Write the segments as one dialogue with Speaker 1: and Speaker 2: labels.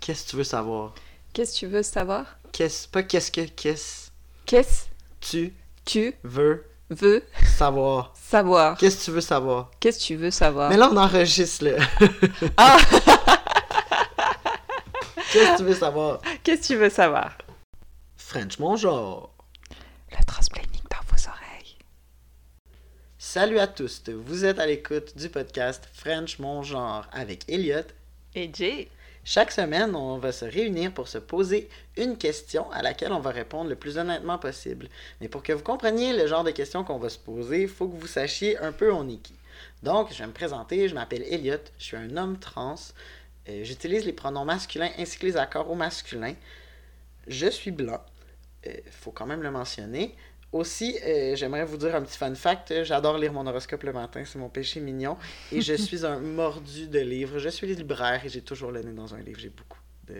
Speaker 1: Qu'est-ce que tu veux savoir?
Speaker 2: Qu'est-ce que tu veux savoir?
Speaker 1: Qu'est-ce, pas qu'est-ce que, qu'est-ce
Speaker 2: Qu'est-ce
Speaker 1: tu
Speaker 2: tu
Speaker 1: veux
Speaker 2: veux
Speaker 1: savoir?
Speaker 2: savoir?
Speaker 1: Qu'est-ce que tu veux savoir?
Speaker 2: Qu'est-ce que tu veux savoir?
Speaker 1: Mais là, on enregistre, là.
Speaker 2: Ah!
Speaker 1: Qu'est-ce que tu veux savoir?
Speaker 2: Qu'est-ce que tu veux savoir?
Speaker 1: French, mon genre.
Speaker 2: Le transplaining dans vos oreilles.
Speaker 1: Salut à tous. Vous êtes à l'écoute du podcast French, mon genre avec Elliot
Speaker 2: Et Jay?
Speaker 1: Chaque semaine, on va se réunir pour se poser une question à laquelle on va répondre le plus honnêtement possible. Mais pour que vous compreniez le genre de questions qu'on va se poser, il faut que vous sachiez un peu on est qui. Donc, je vais me présenter, je m'appelle Elliot, je suis un homme trans, euh, j'utilise les pronoms masculins ainsi que les accords au masculin. Je suis blanc, euh, faut quand même le mentionner. Aussi, euh, j'aimerais vous dire un petit fun fact, euh, j'adore lire mon horoscope le matin, c'est mon péché mignon. Et je suis un mordu de livres, je suis libraire et j'ai toujours le nez dans un livre. J'ai beaucoup de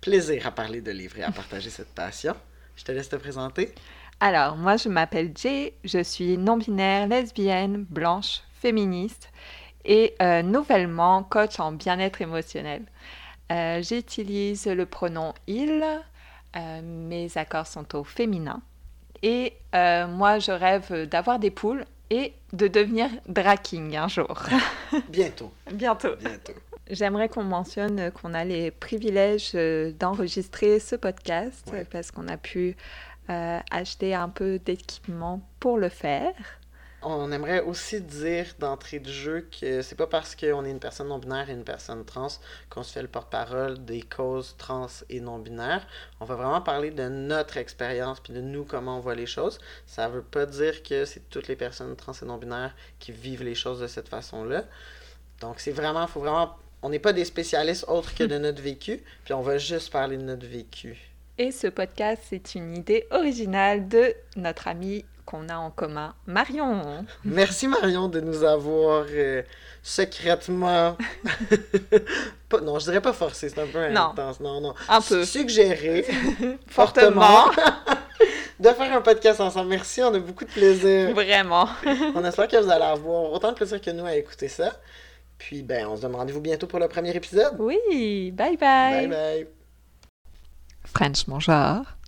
Speaker 1: plaisir à parler de livres et à partager cette passion. Je te laisse te présenter.
Speaker 2: Alors, moi, je m'appelle Jay, je suis non-binaire, lesbienne, blanche, féministe et euh, nouvellement coach en bien-être émotionnel. Euh, J'utilise le pronom il, euh, mes accords sont au féminin et euh, moi, je rêve d'avoir des poules et de devenir drag king un jour.
Speaker 1: Bientôt,
Speaker 2: Bientôt.
Speaker 1: bientôt.
Speaker 2: J'aimerais qu'on mentionne qu'on a les privilèges euh, d'enregistrer ce podcast
Speaker 1: Ouais.
Speaker 2: euh, parce qu'on a pu euh, acheter un peu d'équipement pour le faire.
Speaker 1: On aimerait aussi dire d'entrée de jeu que c'est pas parce qu'on est une personne non-binaire et une personne trans qu'on se fait le porte-parole des causes trans et non-binaires. On va vraiment parler de notre expérience puis de nous, comment on voit les choses. Ça veut pas dire que c'est toutes les personnes trans et non-binaires qui vivent les choses de cette façon-là. Donc c'est vraiment, faut vraiment. On n'est pas des spécialistes autres que de notre vécu, puis on va juste parler de notre vécu.
Speaker 2: Et ce podcast, c'est une idée originale de notre amie qu'on a en commun, Marion.
Speaker 1: Merci Marion de nous avoir euh, secrètement. Pas- non, je dirais pas forcé, c'est un peu
Speaker 2: Non.
Speaker 1: intense. Non, non.
Speaker 2: Un peu.
Speaker 1: Suggéré
Speaker 2: Fortement.
Speaker 1: fortement de faire un podcast ensemble. Merci, on a beaucoup de plaisir.
Speaker 2: Vraiment.
Speaker 1: on espère que vous allez avoir autant de plaisir que nous à écouter ça. Puis, ben, on se donne rendez-vous bientôt pour le premier épisode.
Speaker 2: Oui, bye
Speaker 1: bye.
Speaker 2: bye.
Speaker 1: bye.
Speaker 2: French, mon genre.